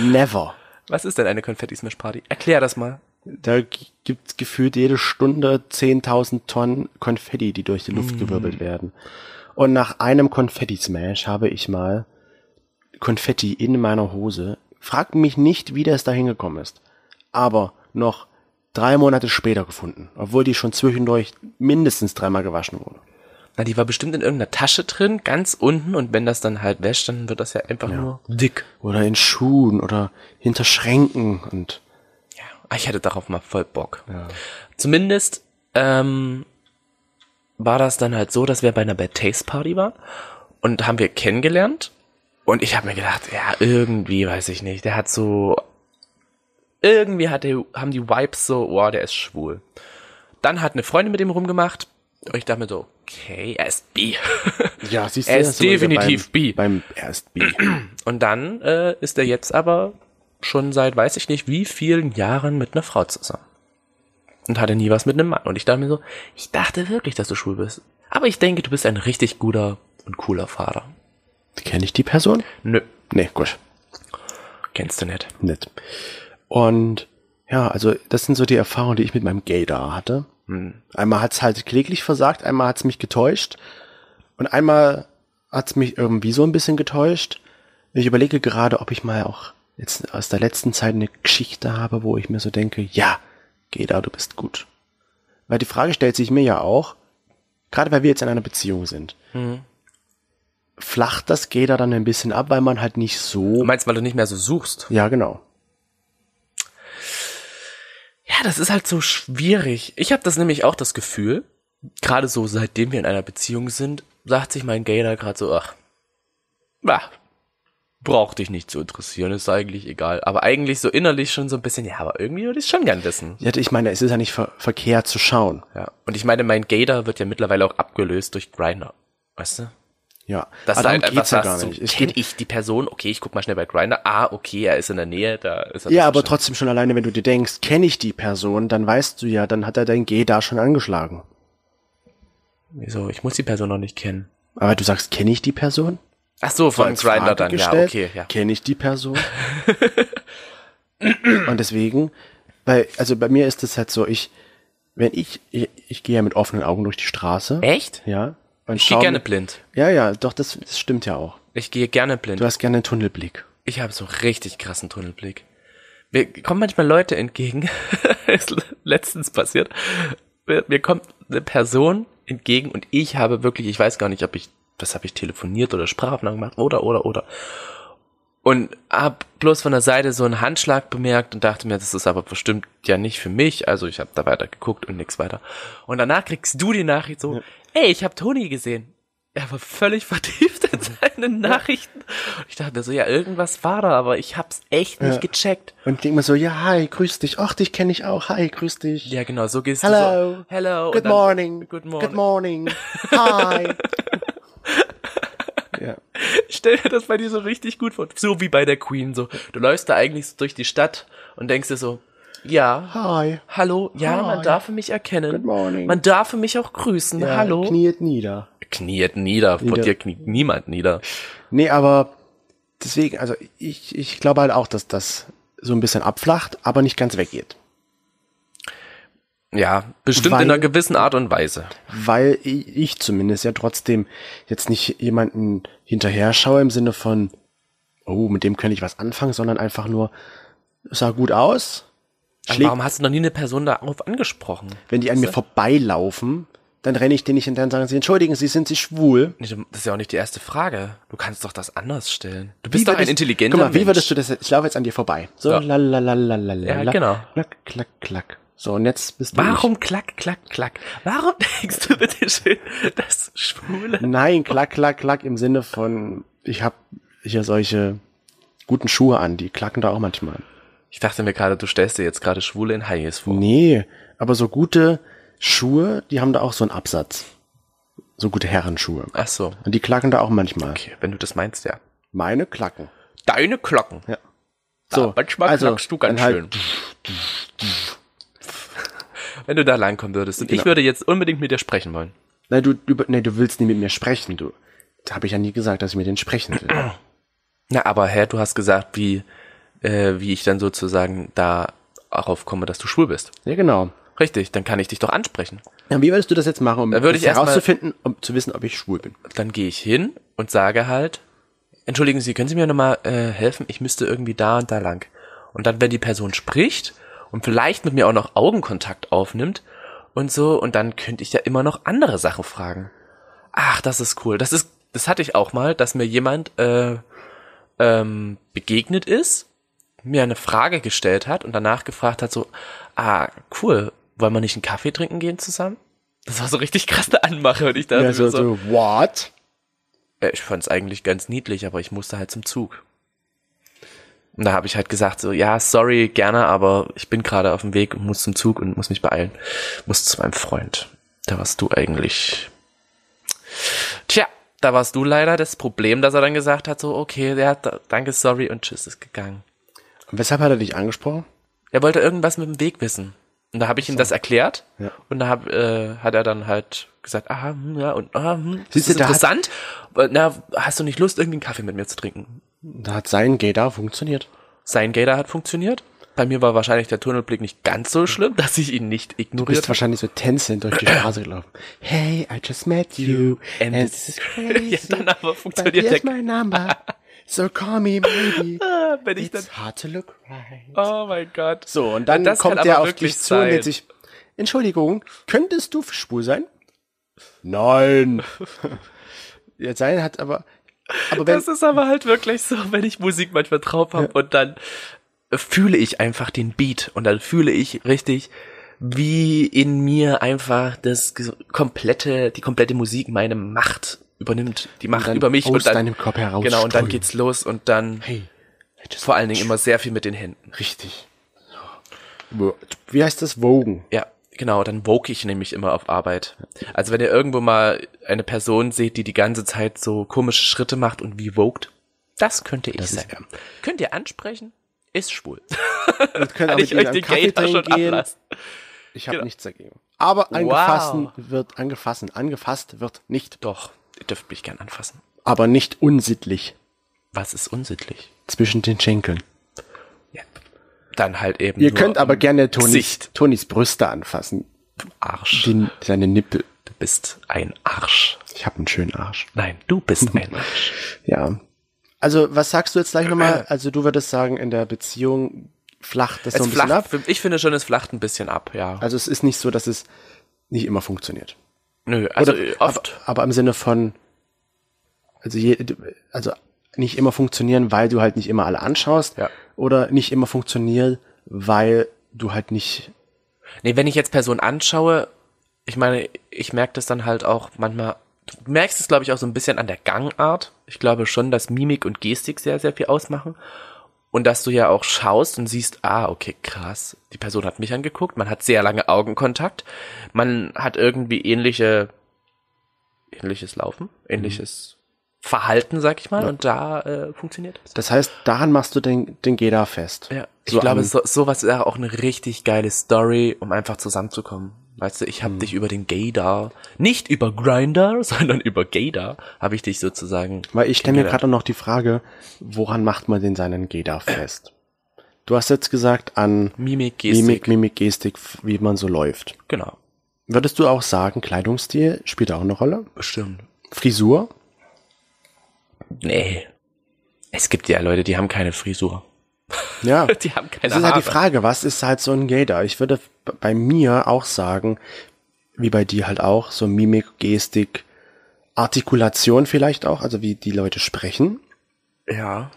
S1: Never.
S3: Was ist denn eine Konfetti Smash Party? Erklär das mal.
S1: Da g- gibt's gefühlt jede Stunde 10.000 Tonnen Konfetti, die durch die Luft gewirbelt werden. Und nach einem Konfetti-Smash habe ich mal Konfetti in meiner Hose. Frag mich nicht, wie das da hingekommen ist. Aber noch drei Monate später gefunden, obwohl die schon zwischendurch mindestens dreimal gewaschen wurde.
S3: Na, die war bestimmt in irgendeiner Tasche drin, ganz unten, und wenn das dann halt wäscht, dann wird das ja einfach nur dick.
S1: Oder in Schuhen oder hinter Schränken und
S3: Ja. Ah, Ich hätte darauf mal voll Bock. Zumindest ähm, war das dann halt so, dass wir bei einer Bad Taste Party waren und haben wir kennengelernt. Und ich habe mir gedacht, ja, irgendwie, weiß ich nicht, der hat so. Irgendwie hat der, haben die Vibes so, wow, der ist schwul. Dann hat eine Freundin mit ihm rumgemacht. Und ich dachte mir so, okay, er ist bi.
S1: Ja, siehst
S3: Er
S1: da
S3: ist
S1: sind wir wieder
S3: definitiv
S1: beim,
S3: bi.
S1: Beim, er ist bi.
S3: Und dann äh, ist er jetzt aber schon seit weiß ich nicht wie vielen Jahren mit einer Frau zusammen. Und hatte nie was mit einem Mann. Und ich dachte mir so, ich dachte wirklich, dass du schwul bist. Aber ich denke, du bist ein richtig guter und cooler Fahrer.
S1: Kenne ich die Person?
S3: Nö,
S1: Nee, gut,
S3: kennst du nicht.
S1: nicht. Und ja, also das sind so die Erfahrungen, die ich mit meinem Gay da hatte. Einmal hat's halt kläglich versagt, einmal hat's mich getäuscht und einmal hat's mich irgendwie so ein bisschen getäuscht. Ich überlege gerade, ob ich mal auch jetzt aus der letzten Zeit eine Geschichte habe, wo ich mir so denke, ja, geh da, du bist gut. Weil die Frage stellt sich mir ja auch, gerade weil wir jetzt in einer Beziehung sind, flacht das Gay da dann ein bisschen ab, weil man halt nicht so
S3: Du meinst, weil du nicht mehr so suchst?
S1: Ja, genau.
S3: Ja, das ist halt so schwierig. Ich habe das nämlich auch das Gefühl, gerade so seitdem wir in einer Beziehung sind, sagt sich mein Gator gerade so, ach, na, braucht dich nicht zu interessieren, ist eigentlich egal. Aber eigentlich so innerlich schon so ein bisschen, ja, aber irgendwie würde ich schon gern wissen.
S1: Ja, Ich meine, es ist ja nicht ver verkehrt zu schauen.
S3: Ja. Und ich meine, mein Gator wird ja mittlerweile auch abgelöst durch Grinder. Weißt du?
S1: Ja,
S3: Das
S1: Aber
S3: ist
S1: Ah, darum
S3: halt etwas,
S1: geht's ja
S3: was
S1: gar
S3: so,
S1: nicht. Es
S3: kenn
S1: geht,
S3: ich die Person, okay, ich guck mal schnell bei Grinder, ah, okay, er ist in der Nähe, da ist er.
S1: ja, aber
S3: bestimmt.
S1: trotzdem schon alleine, wenn du dir denkst, kenne ich die Person, dann weißt du ja, dann hat er dein G da schon angeschlagen.
S3: Wieso? Ich muss die Person noch nicht kennen.
S1: Aber du sagst, kenne ich die Person?
S3: Ach so, von
S1: als Frage
S3: Grinder dann, ja,
S1: gestellt,
S3: okay, ja.
S1: Kenne ich die Person? Und deswegen, weil, also bei mir ist es halt so, ich, wenn ich, ich, ich gehe ja mit offenen Augen durch die Straße.
S3: Echt?
S1: Ja. Und
S3: Ich gehe gerne blind.
S1: Ja, ja, doch, das, das stimmt ja auch.
S3: Ich gehe gerne blind.
S1: Du hast gerne einen Tunnelblick.
S3: Ich habe so richtig krassen Tunnelblick. Mir kommen manchmal Leute entgegen. ist letztens passiert. Mir, mir kommt eine Person entgegen und ich habe wirklich, ich weiß gar nicht, ob ich, was habe ich telefoniert oder Sprachaufnahmen gemacht oder, oder, oder. Und hab bloß von der Seite so einen Handschlag bemerkt und dachte mir, das ist aber bestimmt ja nicht für mich. Also ich habe da weiter geguckt und nix weiter. Und danach kriegst du die Nachricht so, ey, ich habe Toni gesehen. Er war völlig vertieft in seine Nachrichten. Und ich dachte mir so, ja, irgendwas war da, aber ich hab's echt nicht
S1: Ja.
S3: gecheckt.
S1: Und ich denk mir so, ja, hi, grüß dich. Ach, dich kenne ich auch. Hi, grüß dich.
S3: Ja, genau, so gehst du
S1: Hello.
S3: so. Hello. und
S1: Good
S3: dann-
S1: morning.
S3: Good morning.
S1: Good morning. Hi. ja.
S3: Ich stell dir das bei dir so richtig gut vor. So wie bei der Queen, so. Du läufst da eigentlich so durch die Stadt und denkst dir so, ja,
S1: Hi.
S3: Hallo, ja,
S1: Hi.
S3: man darf mich erkennen.
S1: Good morning.
S3: Man darf mich auch grüßen.
S1: Ja,
S3: Hallo.
S1: Kniet nieder.
S3: kniet nieder. Vor
S1: Nieder.
S3: dir kniet niemand nieder.
S1: Nee, aber deswegen, also ich, ich glaube halt auch, dass das so ein bisschen abflacht, aber nicht ganz weggeht.
S3: Ja, bestimmt
S1: Weil-
S3: in einer gewissen Art und Weise.
S1: Weil i- ich zumindest ja trotzdem jetzt nicht jemanden hinterher schaue im Sinne von, oh, mit dem könnte ich was anfangen, sondern einfach nur, sah gut aus.
S3: Aber
S1: schlägt
S3: warum hast du noch nie eine Person darauf angesprochen?
S1: Wenn die an mir vorbeilaufen, dann renne ich den nicht hinterher und sage, sie entschuldigen, sie sind sie schwul.
S3: Nee, du- Das ist ja auch nicht die erste Frage. Du kannst doch das anders stellen. Du
S1: Wie
S3: bist doch ein
S1: würdest-
S3: intelligenter
S1: Guck mal, wie
S3: Mensch.
S1: würdest du das, ich laufe jetzt an dir vorbei. So,
S3: Ja.
S1: la la la la la la.
S3: Ja,
S1: la.
S3: genau.
S1: Klack, klack, klack. So, und jetzt bist du
S3: Warum klack, klack, klack? Warum denkst du bitte schön, dass Schwule...
S1: ich. Nein, klack, klack, klack im Sinne von, ich habe hier solche guten Schuhe an, die klacken da auch manchmal.
S3: Ich dachte mir gerade, du stellst dir jetzt gerade Schwule in High Heels vor.
S1: Nee, aber so gute Schuhe, die haben da auch so einen Absatz. So gute Herrenschuhe.
S3: Ach so.
S1: Und die klacken da auch manchmal.
S3: Okay, wenn du das meinst, ja.
S1: Meine klacken.
S3: Deine Glocken.
S1: Ja.
S3: So, Ah, also, manchmal knackst du ganz
S1: dann halt-
S3: schön. Wenn du da langkommen würdest. Und ich würde jetzt unbedingt mit dir sprechen wollen.
S1: Nein, du, über, nee, du willst nie mit mir sprechen, du. Da habe ich ja nie gesagt, dass ich mit denen sprechen will.
S3: Na, aber Herr, du hast gesagt, wie, äh, wie ich dann sozusagen da darauf komme, dass du schwul bist.
S1: ja, genau.
S3: Richtig, dann kann ich dich doch ansprechen.
S1: Ja, wie würdest du das jetzt machen, um
S3: Da würde
S1: das
S3: ich erst mal-
S1: herauszufinden, um zu wissen, ob ich schwul bin?
S3: Dann gehe ich hin und sage halt, entschuldigen Sie, können Sie mir nochmal äh, helfen? Ich müsste irgendwie da und da lang. Und dann, wenn die Person spricht und vielleicht mit mir auch noch Augenkontakt aufnimmt und so, und dann könnte ich ja immer noch andere Sachen fragen. Ach, das ist cool. Das ist, das hatte ich auch mal, dass mir jemand äh, ähm, begegnet ist mir eine Frage gestellt hat und danach gefragt hat, so, ah, cool, wollen wir nicht einen Kaffee trinken gehen zusammen? Das war so richtig krass eine Anmache und ich dachte
S1: ja, so,
S3: mir so,
S1: so, what?
S3: äh, ich fand's eigentlich ganz niedlich, aber ich musste halt zum Zug. Und da habe ich halt gesagt, so, ja, sorry, gerne, aber ich bin gerade auf dem Weg und muss zum Zug und muss mich beeilen. Muss zu meinem Freund. Da warst du eigentlich. Tja, da warst du leider das Problem, dass er dann gesagt hat, so, okay, ja, da- danke, sorry und tschüss, ist gegangen.
S1: Und weshalb hat er dich angesprochen?
S3: Er wollte irgendwas mit dem Weg wissen. Und da habe ich ihm das erklärt.
S1: Ja.
S3: Und da hab, äh, hat er dann halt gesagt, ah, hm, ja, und ah, hm, das
S1: Siehst
S3: ist
S1: du, da hat-
S3: interessant. Aber, Na, hast du nicht Lust, irgendwie einen Kaffee mit mir zu trinken?
S1: Da hat sein Gay da funktioniert.
S3: Sein Gator hat funktioniert. Bei mir war wahrscheinlich der Tunnelblick nicht ganz so schlimm, dass ich ihn nicht
S1: Du bist
S3: ignoriert habe.
S1: wahrscheinlich so tänzelnd durch die Straße gelaufen. Hey, I just met you.
S3: And
S1: And
S3: this
S1: this is crazy.
S3: Ja, dann aber funktioniert
S1: But here's
S3: der-
S1: my number. So call me maybe.
S3: Wenn ich dann,
S1: It's hard to look right.
S3: oh mein Gott.
S1: So, und dann
S3: Das kann
S1: kommt der
S3: aber
S1: auf
S3: wirklich
S1: dich zu und
S3: sein.
S1: denkt sich, Entschuldigung, könntest du schwul sein? Nein. ja, sein hat aber, aber wenn,
S3: Das ist aber halt wirklich so, wenn ich Musik manchmal drauf habe und dann fühle ich einfach den Beat und dann fühle ich richtig, wie in mir einfach das ges- komplette, die komplette Musik meine Macht übernimmt, die Macht
S1: dann
S3: über mich
S1: aus deinem Körper heraus
S3: Genau, und dann
S1: strömen.
S3: geht's los und dann
S1: hey, I just
S3: vor allen
S1: met
S3: Dingen
S1: you.
S3: immer sehr viel mit den Händen.
S1: richtig. Wo- Wie heißt das? Wogen.
S3: Ja, genau, dann woke ich nämlich immer auf Arbeit. Also wenn ihr irgendwo mal eine Person seht, die die ganze Zeit so komische Schritte macht und wie woked, das könnte ich sein.
S1: ist er.
S3: Könnt ihr ansprechen? Ist schwul.
S1: Genau, Das können
S3: Kann ich euch den Gator schon ablassen?
S1: Ich habe
S3: Genau.
S1: nichts dagegen. Aber angefasst
S3: Wow.
S1: wird angefassen. Angefasst wird nicht.
S3: Doch, ihr dürft mich gern anfassen.
S1: Aber nicht unsittlich.
S3: Was ist unsittlich?
S1: Zwischen den Schenkeln.
S3: Ja. Dann halt eben
S1: Ihr
S3: nur
S1: könnt aber
S3: am
S1: gerne Tonis,
S3: Gesicht.
S1: Tonis Brüste anfassen.
S3: Arsch.
S1: Den, seine Nippel.
S3: Du bist ein Arsch.
S1: Ich habe einen schönen Arsch.
S3: Nein, du bist ein Arsch.
S1: Ja. Also, was sagst du jetzt
S3: Äh,
S1: gleich nochmal? Also, du würdest sagen, in der Beziehung flacht das so
S3: Es
S1: ein bisschen
S3: flacht,
S1: ab.
S3: ich finde schon, es flacht ein bisschen ab, ja.
S1: Also, es ist nicht so, dass es nicht immer funktioniert.
S3: Nö, also
S1: Oder-
S3: äh, oft.
S1: Aber, aber im Sinne von, also, je, also nicht immer funktionieren, weil du halt nicht immer alle anschaust.
S3: Ja.
S1: Oder nicht immer funktioniert, weil du halt nicht.
S3: Nee, wenn ich jetzt Personen anschaue, ich meine, ich merke das dann halt auch manchmal, du merkst es, glaube ich, auch so ein bisschen an der Gangart. Ich glaube schon, dass Mimik und Gestik sehr, sehr viel ausmachen. Und dass du ja auch schaust und siehst, ah, okay, krass, die Person hat mich angeguckt, man hat sehr lange Augenkontakt, man hat irgendwie ähnliche, ähnliches Laufen, ähnliches Verhalten, sag ich mal, und da äh, funktioniert das.
S1: Das heißt, daran machst du den, den Geda fest.
S3: Ja, ich
S1: So
S3: glaube,
S1: am-
S3: so, sowas wäre auch eine richtig geile Story, um einfach zusammenzukommen. Weißt du, ich
S1: Hm.
S3: habe dich über den Gaydar, nicht über Grinder, sondern über Gaydar, habe ich dich sozusagen.
S1: Weil ich stelle mir
S3: kennengelernt.
S1: gerade noch die Frage, woran macht man denn seinen Geda fest? Du hast jetzt gesagt, an
S3: Mimik, Gestik.
S1: Mimik, Mimik, Gestik, f- wie man so läuft.
S3: Genau,
S1: Würdest du auch sagen, Kleidungsstil spielt auch eine Rolle?
S3: bestimmt.
S1: Frisur?
S3: Nee. Es gibt ja Leute, die haben keine Frisur.
S1: Ja.
S3: Die haben keine
S1: Das ist halt die
S3: Haare.
S1: Frage, was ist halt so ein Gator? Ich würde b- bei mir auch sagen, wie bei dir halt auch, so Mimik, Gestik, Artikulation vielleicht auch, also wie die Leute sprechen.
S3: Ja.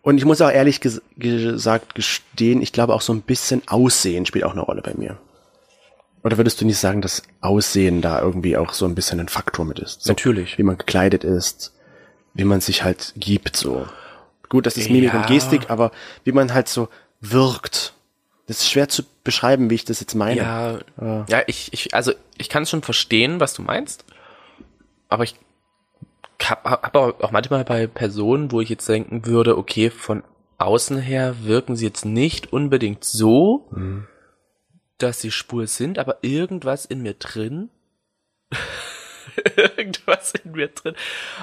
S1: Und ich muss auch ehrlich ges gesagt gestehen, ich glaube auch so ein bisschen Aussehen spielt auch eine Rolle bei mir. Oder würdest du nicht sagen, dass Aussehen da irgendwie auch so ein bisschen ein Faktor mit ist? So,
S3: Natürlich.
S1: Wie man gekleidet ist, wie man sich halt gibt, so. Gut, das ist Mimik
S3: Ja.
S1: und Gestik, aber wie man halt so wirkt. Das ist schwer zu beschreiben, wie ich das jetzt meine.
S3: Ja, ja, ich, ich, also ich kann schon verstehen, was du meinst, aber ich habe hab auch auch manchmal bei Personen, wo ich jetzt denken würde, okay, von außen her wirken sie jetzt nicht unbedingt so,
S1: Mhm.
S3: dass sie spur sind, aber irgendwas in mir drin, irgendwas in mir drin,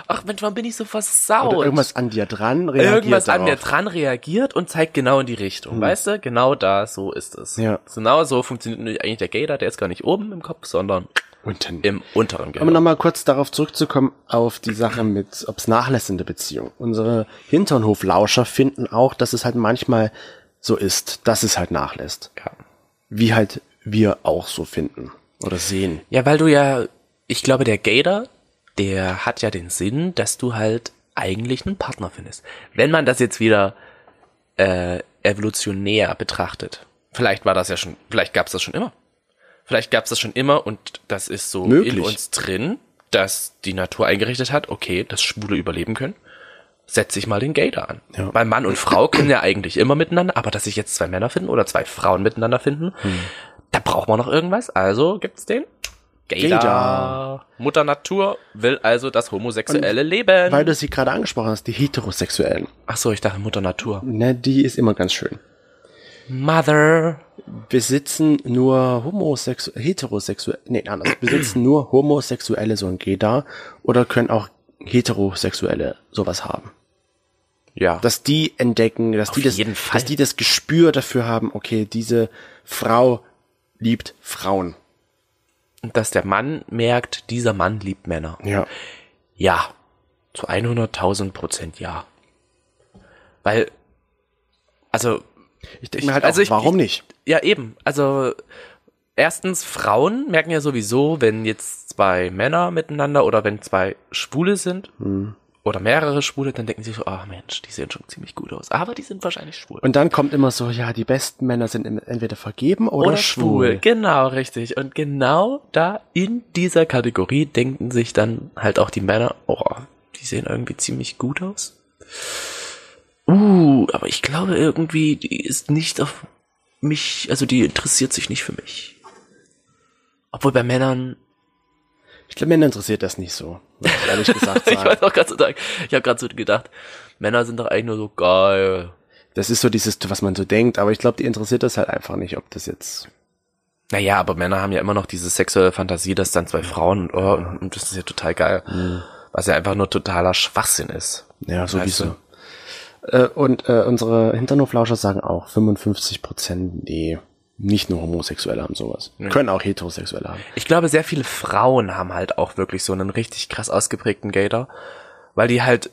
S3: ach Mensch, warum bin ich so versaut?
S1: Oder irgendwas an dir dran reagiert
S3: irgendwas an mir
S1: darauf. Hm.
S3: dran reagiert und zeigt genau in die Richtung. Weißt du, genau da, so ist es.
S1: Ja.
S3: Genau so funktioniert nämlich eigentlich der Gator, der ist gar nicht oben im Kopf, sondern
S1: Unten.
S3: im unteren
S1: Um
S3: Gehirn.
S1: nochmal kurz darauf zurückzukommen, auf die Sache mit, ob's nachlässende Beziehung. Unsere Hinternhoflauscher finden auch, dass es halt manchmal so ist, dass es halt nachlässt.
S3: Ja.
S1: Wie halt wir auch so finden oder sehen.
S3: ja, weil du ja, ich glaube, der Gator, der hat ja den Sinn, dass du halt eigentlich einen Partner findest. Wenn man das jetzt wieder äh, evolutionär betrachtet. Vielleicht war das ja schon, vielleicht gab's das schon immer. Vielleicht gab's das schon immer und das ist so in
S1: Möglich.
S3: uns drin, dass die Natur eingerichtet hat, okay, dass Schwule überleben können, setze ich mal den Gator an.
S1: Ja.
S3: Weil Mann und Frau können ja eigentlich immer miteinander, aber dass sich jetzt zwei Männer finden oder zwei Frauen miteinander finden,
S1: Hm.
S3: da braucht man noch irgendwas. Also gibt's den Gator.
S1: Gator.
S3: Mutter Natur will also das homosexuelle Leben.
S1: Weil du sie gerade angesprochen hast, die Heterosexuellen.
S3: Ach so, ich dachte Mutter Natur.
S1: Ne, die ist immer ganz schön.
S3: Mother.
S1: Besitzen nur homosexuelle, heterosexuelle, nee, anders. Besitzen nur Homosexuelle so ein G-Dar oder können auch Heterosexuelle sowas haben.
S3: Ja.
S1: dass die entdecken, dass die das,
S3: jeden Fall.
S1: dass die das Gespür dafür haben, okay, diese Frau liebt Frauen.
S3: dass der Mann merkt, dieser Mann liebt Männer.
S1: Ja.
S3: Ja. Zu 100.000 Prozent ja. Weil, also,
S1: Ich denke
S3: Ich-
S1: mir halt
S3: also
S1: auch,
S3: ich-
S1: warum nicht?
S3: ja eben, also, erstens, Frauen merken ja sowieso, wenn jetzt zwei Männer miteinander oder wenn zwei Schwule sind oder mehrere Schwule, dann denken sie so, ah Mensch, die sehen schon ziemlich gut aus. Aber die sind wahrscheinlich schwul.
S1: Und dann kommt immer so, ja, die besten Männer sind im- entweder vergeben oder, schwul.
S3: Genau, richtig. Und genau da in dieser Kategorie denken sich dann halt auch die Männer, oh, die sehen irgendwie ziemlich gut aus. Uh, aber ich glaube irgendwie, die ist nicht auf mich, also die interessiert sich nicht für mich. Obwohl bei Männern,
S1: Ich glaube, Männer interessiert das nicht so, muss ich ehrlich gesagt
S3: ich
S1: sagen.
S3: weiß auch gerade so, ich habe gerade so gedacht, Männer sind doch eigentlich nur so geil.
S1: Das ist so dieses, was man so denkt, aber ich glaube, die interessiert das halt einfach nicht, ob das jetzt.
S3: Naja, aber Männer haben ja immer noch diese sexuelle Fantasie, dass dann zwei Frauen und, oh, und, und das ist ja total geil. Was ja einfach nur totaler Schwachsinn ist.
S1: Ja, sowieso.
S3: Weißt
S1: Äh, und äh, unsere Hinternhoflauscher sagen auch, 55 Prozent, nee, nicht nur Homosexuelle haben sowas. Können auch Heterosexuelle haben.
S3: Ich glaube, sehr viele Frauen haben halt auch wirklich so einen richtig krass ausgeprägten Gator, weil die halt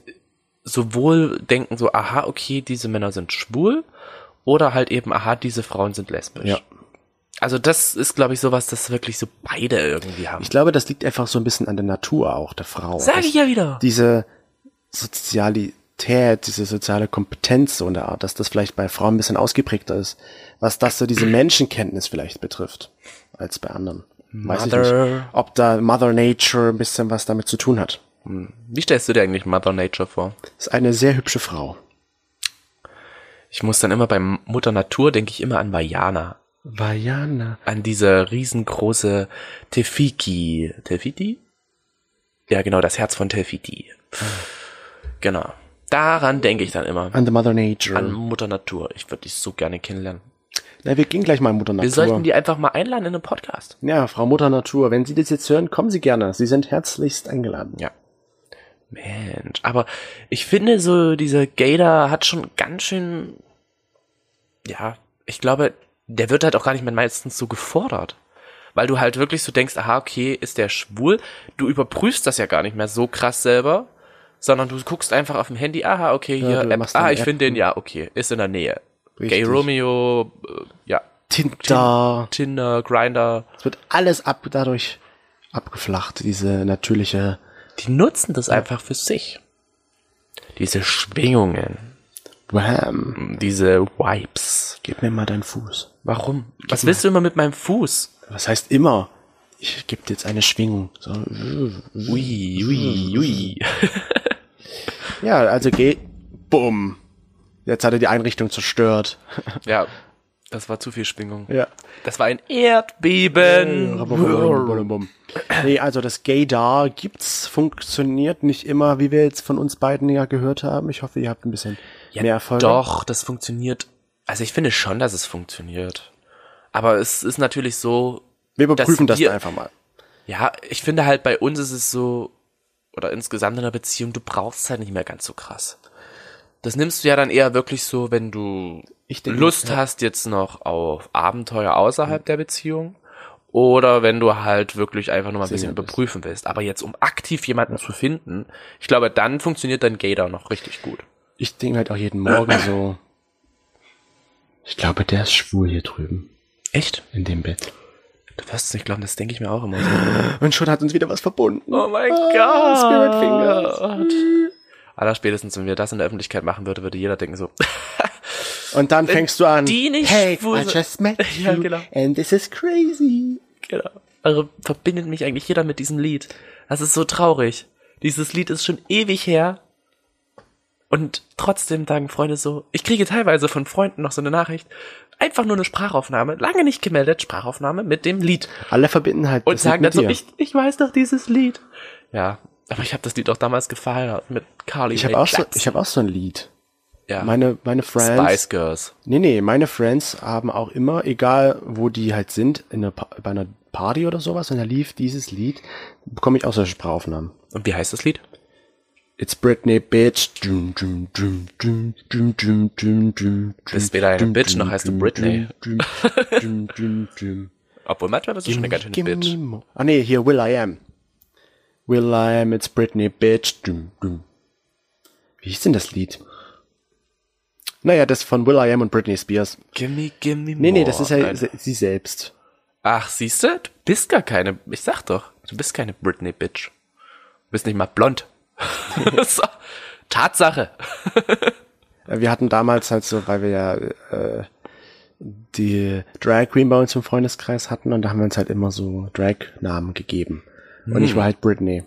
S3: sowohl denken so, aha, okay, diese Männer sind schwul oder halt eben, aha, diese Frauen sind lesbisch.
S1: Ja.
S3: Also das ist, glaube ich, sowas, das wirklich so beide irgendwie haben.
S1: Ich glaube, das liegt einfach so ein bisschen an der Natur auch der Frau.
S3: Sag
S1: Dass
S3: ich ja wieder.
S1: Diese Sozialität, diese soziale Kompetenz so in der Art, dass das vielleicht bei Frauen ein bisschen ausgeprägter ist, was das so diese Menschenkenntnis vielleicht betrifft, als bei anderen. Weiß ich nicht,
S3: Mother.
S1: ob da Mother Nature ein bisschen was damit zu tun hat.
S3: Wie stellst du dir eigentlich Mother Nature vor?
S1: Ist eine sehr hübsche Frau.
S3: Ich muss dann immer bei Mutter Natur denke ich immer an Vajana.
S1: Vajana.
S3: an diese riesengroße Tefiki. Tefiti? Ja, genau, das Herz von Tefiti. Genau. Daran denke ich dann immer.
S1: An the Mother Nature.
S3: An Mutter Natur. Ich würde dich so gerne kennenlernen.
S1: Na, wir gehen gleich mal in Mutter Natur.
S3: Wir sollten die einfach mal einladen in einen Podcast.
S1: ja, Frau Mutter Natur, wenn Sie das jetzt hören, kommen Sie gerne. Sie sind herzlichst eingeladen.
S3: Ja. Mensch, aber ich finde so, dieser Gator hat schon ganz schön, ja, ich glaube, der wird halt auch gar nicht mehr meistens so gefordert. Weil du halt wirklich so denkst, aha, okay, ist der schwul? Du überprüfst das ja gar nicht mehr so krass selber, sondern du guckst einfach auf dem Handy, aha, okay,
S1: Ja,
S3: hier,
S1: du
S3: App,
S1: machst
S3: ah,
S1: eine
S3: ich
S1: App.
S3: finde den, ja, okay, ist in der Nähe. Gay
S1: Richtig.
S3: Romeo, äh, ja,
S1: Tinder.
S3: Tinder, Grinder.
S1: Es wird alles ab, dadurch abgeflacht, diese natürliche.
S3: Die nutzen das einfach für sich. Diese Schwingungen,
S1: Wham.
S3: diese Vibes.
S1: Gib mir mal deinen Fuß.
S3: Warum? Was willst du immer mit meinem Fuß?
S1: Was heißt immer? Ich gebe dir jetzt eine Schwingung. So.
S3: Ui, ui, ui.
S1: Ja, also geh. Bumm. Jetzt hat er die Einrichtung zerstört.
S3: Ja, das war zu viel Schwingung.
S1: Ja. Äh,
S3: Das war ein Erdbeben.
S1: Nee, also das Gaydar gibt's, funktioniert nicht immer, wie wir jetzt von uns beiden ja gehört haben. Ich hoffe, ihr habt ein bisschen mehr Erfolg.
S3: Doch, das funktioniert. Also ich finde schon, dass es funktioniert. Aber es ist natürlich so.
S1: Wir überprüfen
S3: dass
S1: das,
S3: wir-
S1: einfach mal.
S3: Ja, ich finde halt bei uns ist es so, oder insgesamt in der Beziehung, du brauchst es halt nicht mehr ganz so krass. Das nimmst du ja dann eher wirklich so, wenn du
S1: Ich denke,
S3: Lust hast jetzt noch auf Abenteuer außerhalb der Beziehung. Oder wenn du halt wirklich einfach nur mal ein bisschen
S1: bist.
S3: überprüfen willst. Aber jetzt, um aktiv jemanden zu finden, ich glaube, dann funktioniert dein Gator noch richtig gut.
S1: Ich denke halt auch jeden Morgen so. Ich glaube, der ist schwul hier drüben.
S3: Echt?
S1: In dem Bett.
S3: Du wirst es nicht glauben, das denke ich mir auch immer so.
S1: Und schon hat uns wieder was verbunden.
S3: Oh mein
S1: Ah,
S3: Gott.
S1: Spirit Fingers.
S3: Aller spätestens, wenn wir das in der Öffentlichkeit machen würde, würde jeder denken so,
S1: Und dann fängst du an.
S3: die nicht
S1: hey,
S3: schwul
S1: I
S3: sind."
S1: just met you.
S3: Ja, genau.
S1: And this is crazy.
S3: genau. Also verbindet mich eigentlich jeder mit diesem Lied. Das ist so traurig. Dieses Lied ist schon ewig her. Und trotzdem sagen Freunde so, ich kriege teilweise von Freunden noch so eine Nachricht, einfach nur eine Sprachaufnahme, lange nicht gemeldet, Sprachaufnahme mit dem Lied.
S1: Alle verbinden halt.
S3: Und
S1: das
S3: sagen
S1: mit
S3: dann so,
S1: dir.
S3: ich, ich weiß doch dieses Lied. Ja, aber ich habe das Lied auch damals gefeiert mit Carly.
S1: Ich habe
S3: Rae
S1: auch, so,
S3: Jepsen.
S1: ich hab auch so ein Lied.
S3: ja.
S1: Meine, meine Friends.
S3: Spice Girls.
S1: Nee, nee, meine Friends haben auch immer, egal wo die halt sind, in einer Pa- bei einer Party oder sowas, und da lief dieses Lied, bekomme ich auch solche Sprachaufnahmen.
S3: Und wie heißt das Lied?
S1: It's Britney, bitch. Dum, dum, dum, dum, dum, dum, dum, dum,
S3: Bist weder eine
S1: dum,
S3: Bitch,
S1: dum,
S3: noch heißt du
S1: dum,
S3: Britney.
S1: dum, dum, dum, dum.
S3: Obwohl manchmal bist du schon eine ganz schöne
S1: Gimme
S3: Bitch.
S1: more. Ah nee, hier Will I Am. Will I Am, it's Britney, bitch. Dum, dum. Wie hieß denn das Lied? Naja, das von Will I Am und Britney Spears.
S3: Gimme, gimme
S1: Nee, nee, das ist ja
S3: Oh, Nein.
S1: se- sie selbst.
S3: Ach, siehst du? Du bist gar keine. Ich sag doch, du bist keine Britney Bitch. Du bist nicht mal blond. so. Tatsache.
S1: Äh, Wir hatten damals halt so, weil wir ja äh, die Drag Queen bei uns im Freundeskreis hatten und da haben wir uns halt immer so Drag-Namen gegeben. Und
S3: Hm.
S1: ich war halt Britney.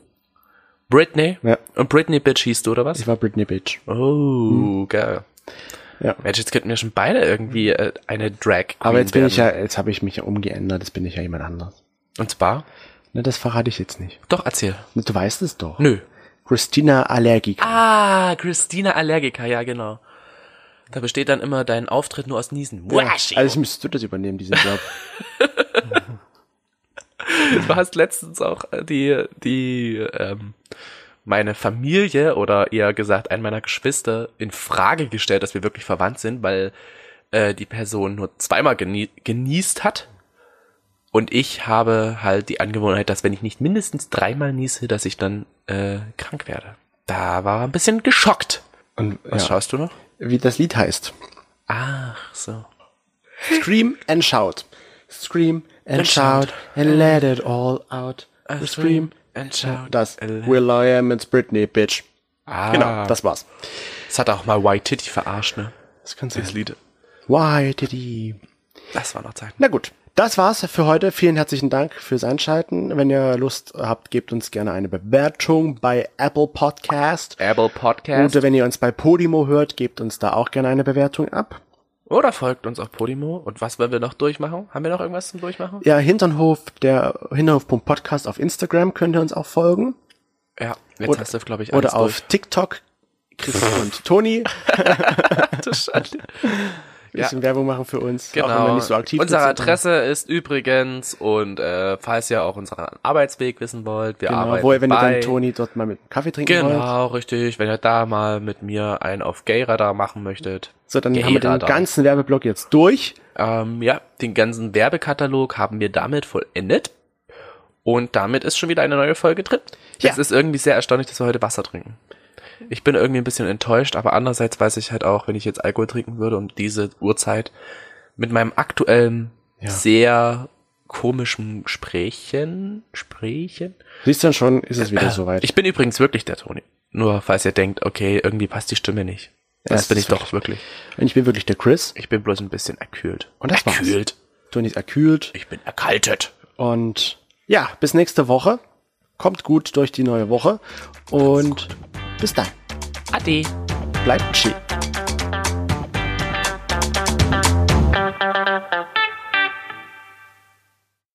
S3: Britney?
S1: Ja.
S3: Und Britney Bitch hieß du, oder was?
S1: Ich war Britney Bitch.
S3: Oh, geil.
S1: Ja.
S3: Mensch, jetzt könnten wir schon beide irgendwie äh, eine Drag Queen
S1: Aber jetzt bin ich
S3: werden.
S1: ja, jetzt habe ich mich ja umgeändert, jetzt bin ich ja jemand anders.
S3: Und zwar?
S1: Ne, das verrate ich jetzt nicht.
S3: Doch, erzähl.
S1: Du weißt es doch.
S3: Nö.
S1: Christina Allergica.
S3: Ah, Christina Allergica, ja, genau. Da besteht dann immer dein Auftritt nur aus Niesen.
S1: Ja,
S3: Washi.
S1: also müsstest du das übernehmen, diesen Job.
S3: Du hast letztens auch äh, die, die, ähm, meine Familie oder eher gesagt einen meiner Geschwister in Frage gestellt, dass wir wirklich verwandt sind, weil äh, die Person nur zweimal genie genießt hat. Und ich habe halt die Angewohnheit, dass wenn ich nicht mindestens dreimal niese, dass ich dann äh, krank werde. Da war er ein bisschen geschockt.
S1: Und
S3: Was
S1: ja,
S3: schaust du noch?
S1: wie das Lied heißt.
S3: Ach so.
S1: Scream and shout. Scream and, shout,
S3: shout.
S1: and let it all out. We scream.
S3: and shout.
S1: Das Will I Am it's Britney, Bitch.
S3: ah,
S1: Genau,
S3: genau. Das,
S1: das war's.
S3: das hat auch mal White Titty verarscht, ne?
S1: Das kann sein.
S3: Das Lied.
S1: Why did he?
S3: Das war noch Zeit.
S1: Na gut, das war's für heute. Vielen herzlichen Dank fürs Einschalten. Wenn ihr Lust habt, gebt uns gerne eine Bewertung bei Apple Podcast.
S3: Apple Podcast.
S1: Oder wenn ihr uns bei Podimo hört, gebt uns da auch gerne eine Bewertung ab.
S3: Oder folgt uns auf Podimo. Und was wollen wir noch durchmachen? Haben wir noch irgendwas zum Durchmachen?
S1: Ja, Hinternhof, der Hinterhof.podcast auf Instagram könnt ihr uns auch folgen.
S3: Ja. Jetzt
S1: Oder-
S3: hast du, glaube ich,
S1: Oder auf
S3: alles
S1: TikTok. Chris und Toni,
S3: durch.
S1: bisschen Werbung machen für uns, auch wenn wir
S3: genau.
S1: nicht so aktiv
S3: unsere
S1: sind.
S3: Adresse ist übrigens und äh, falls ihr auch unseren Arbeitsweg wissen wollt, wir
S1: Genau,
S3: arbeiten
S1: wo ihr, wenn ihr
S3: bei,
S1: dann Toni dort mal mit einem Kaffee trinken wollt.
S3: Genau, richtig. Wenn ihr da mal mit mir einen auf Gay-Radar machen möchtet.
S1: So, dann haben wir den
S3: Gay-Radar.
S1: ganzen Werbeblock jetzt durch.
S3: Ähm, ja, den ganzen Werbekatalog haben wir damit vollendet. Und damit ist schon wieder eine neue Folge drin.
S1: Ja.
S3: Es ist irgendwie sehr erstaunlich, dass wir heute Wasser trinken. Ich bin irgendwie ein bisschen enttäuscht, aber andererseits weiß ich halt auch, wenn ich jetzt Alkohol trinken würde um diese Uhrzeit, mit meinem aktuellen
S1: Ja.
S3: sehr komischen Gesprächen, Gesprächen.
S1: Siehst du dann schon, ist es wieder soweit.
S3: Äh, Ich bin übrigens wirklich der Toni. Nur falls ihr denkt, okay, irgendwie passt die Stimme nicht. Das,
S1: Das
S3: bin
S1: ist
S3: ich doch wirklich.
S1: ich bin wirklich der Chris.
S3: Ich bin bloß ein bisschen erkühlt.
S1: Und das war's.
S3: erkühlt.
S1: Toni ist erkühlt.
S3: Ich bin erkaltet.
S1: Und ja, bis nächste Woche. Kommt gut durch die neue Woche. Und bis dann.
S2: Ade.
S1: Bleibt schick.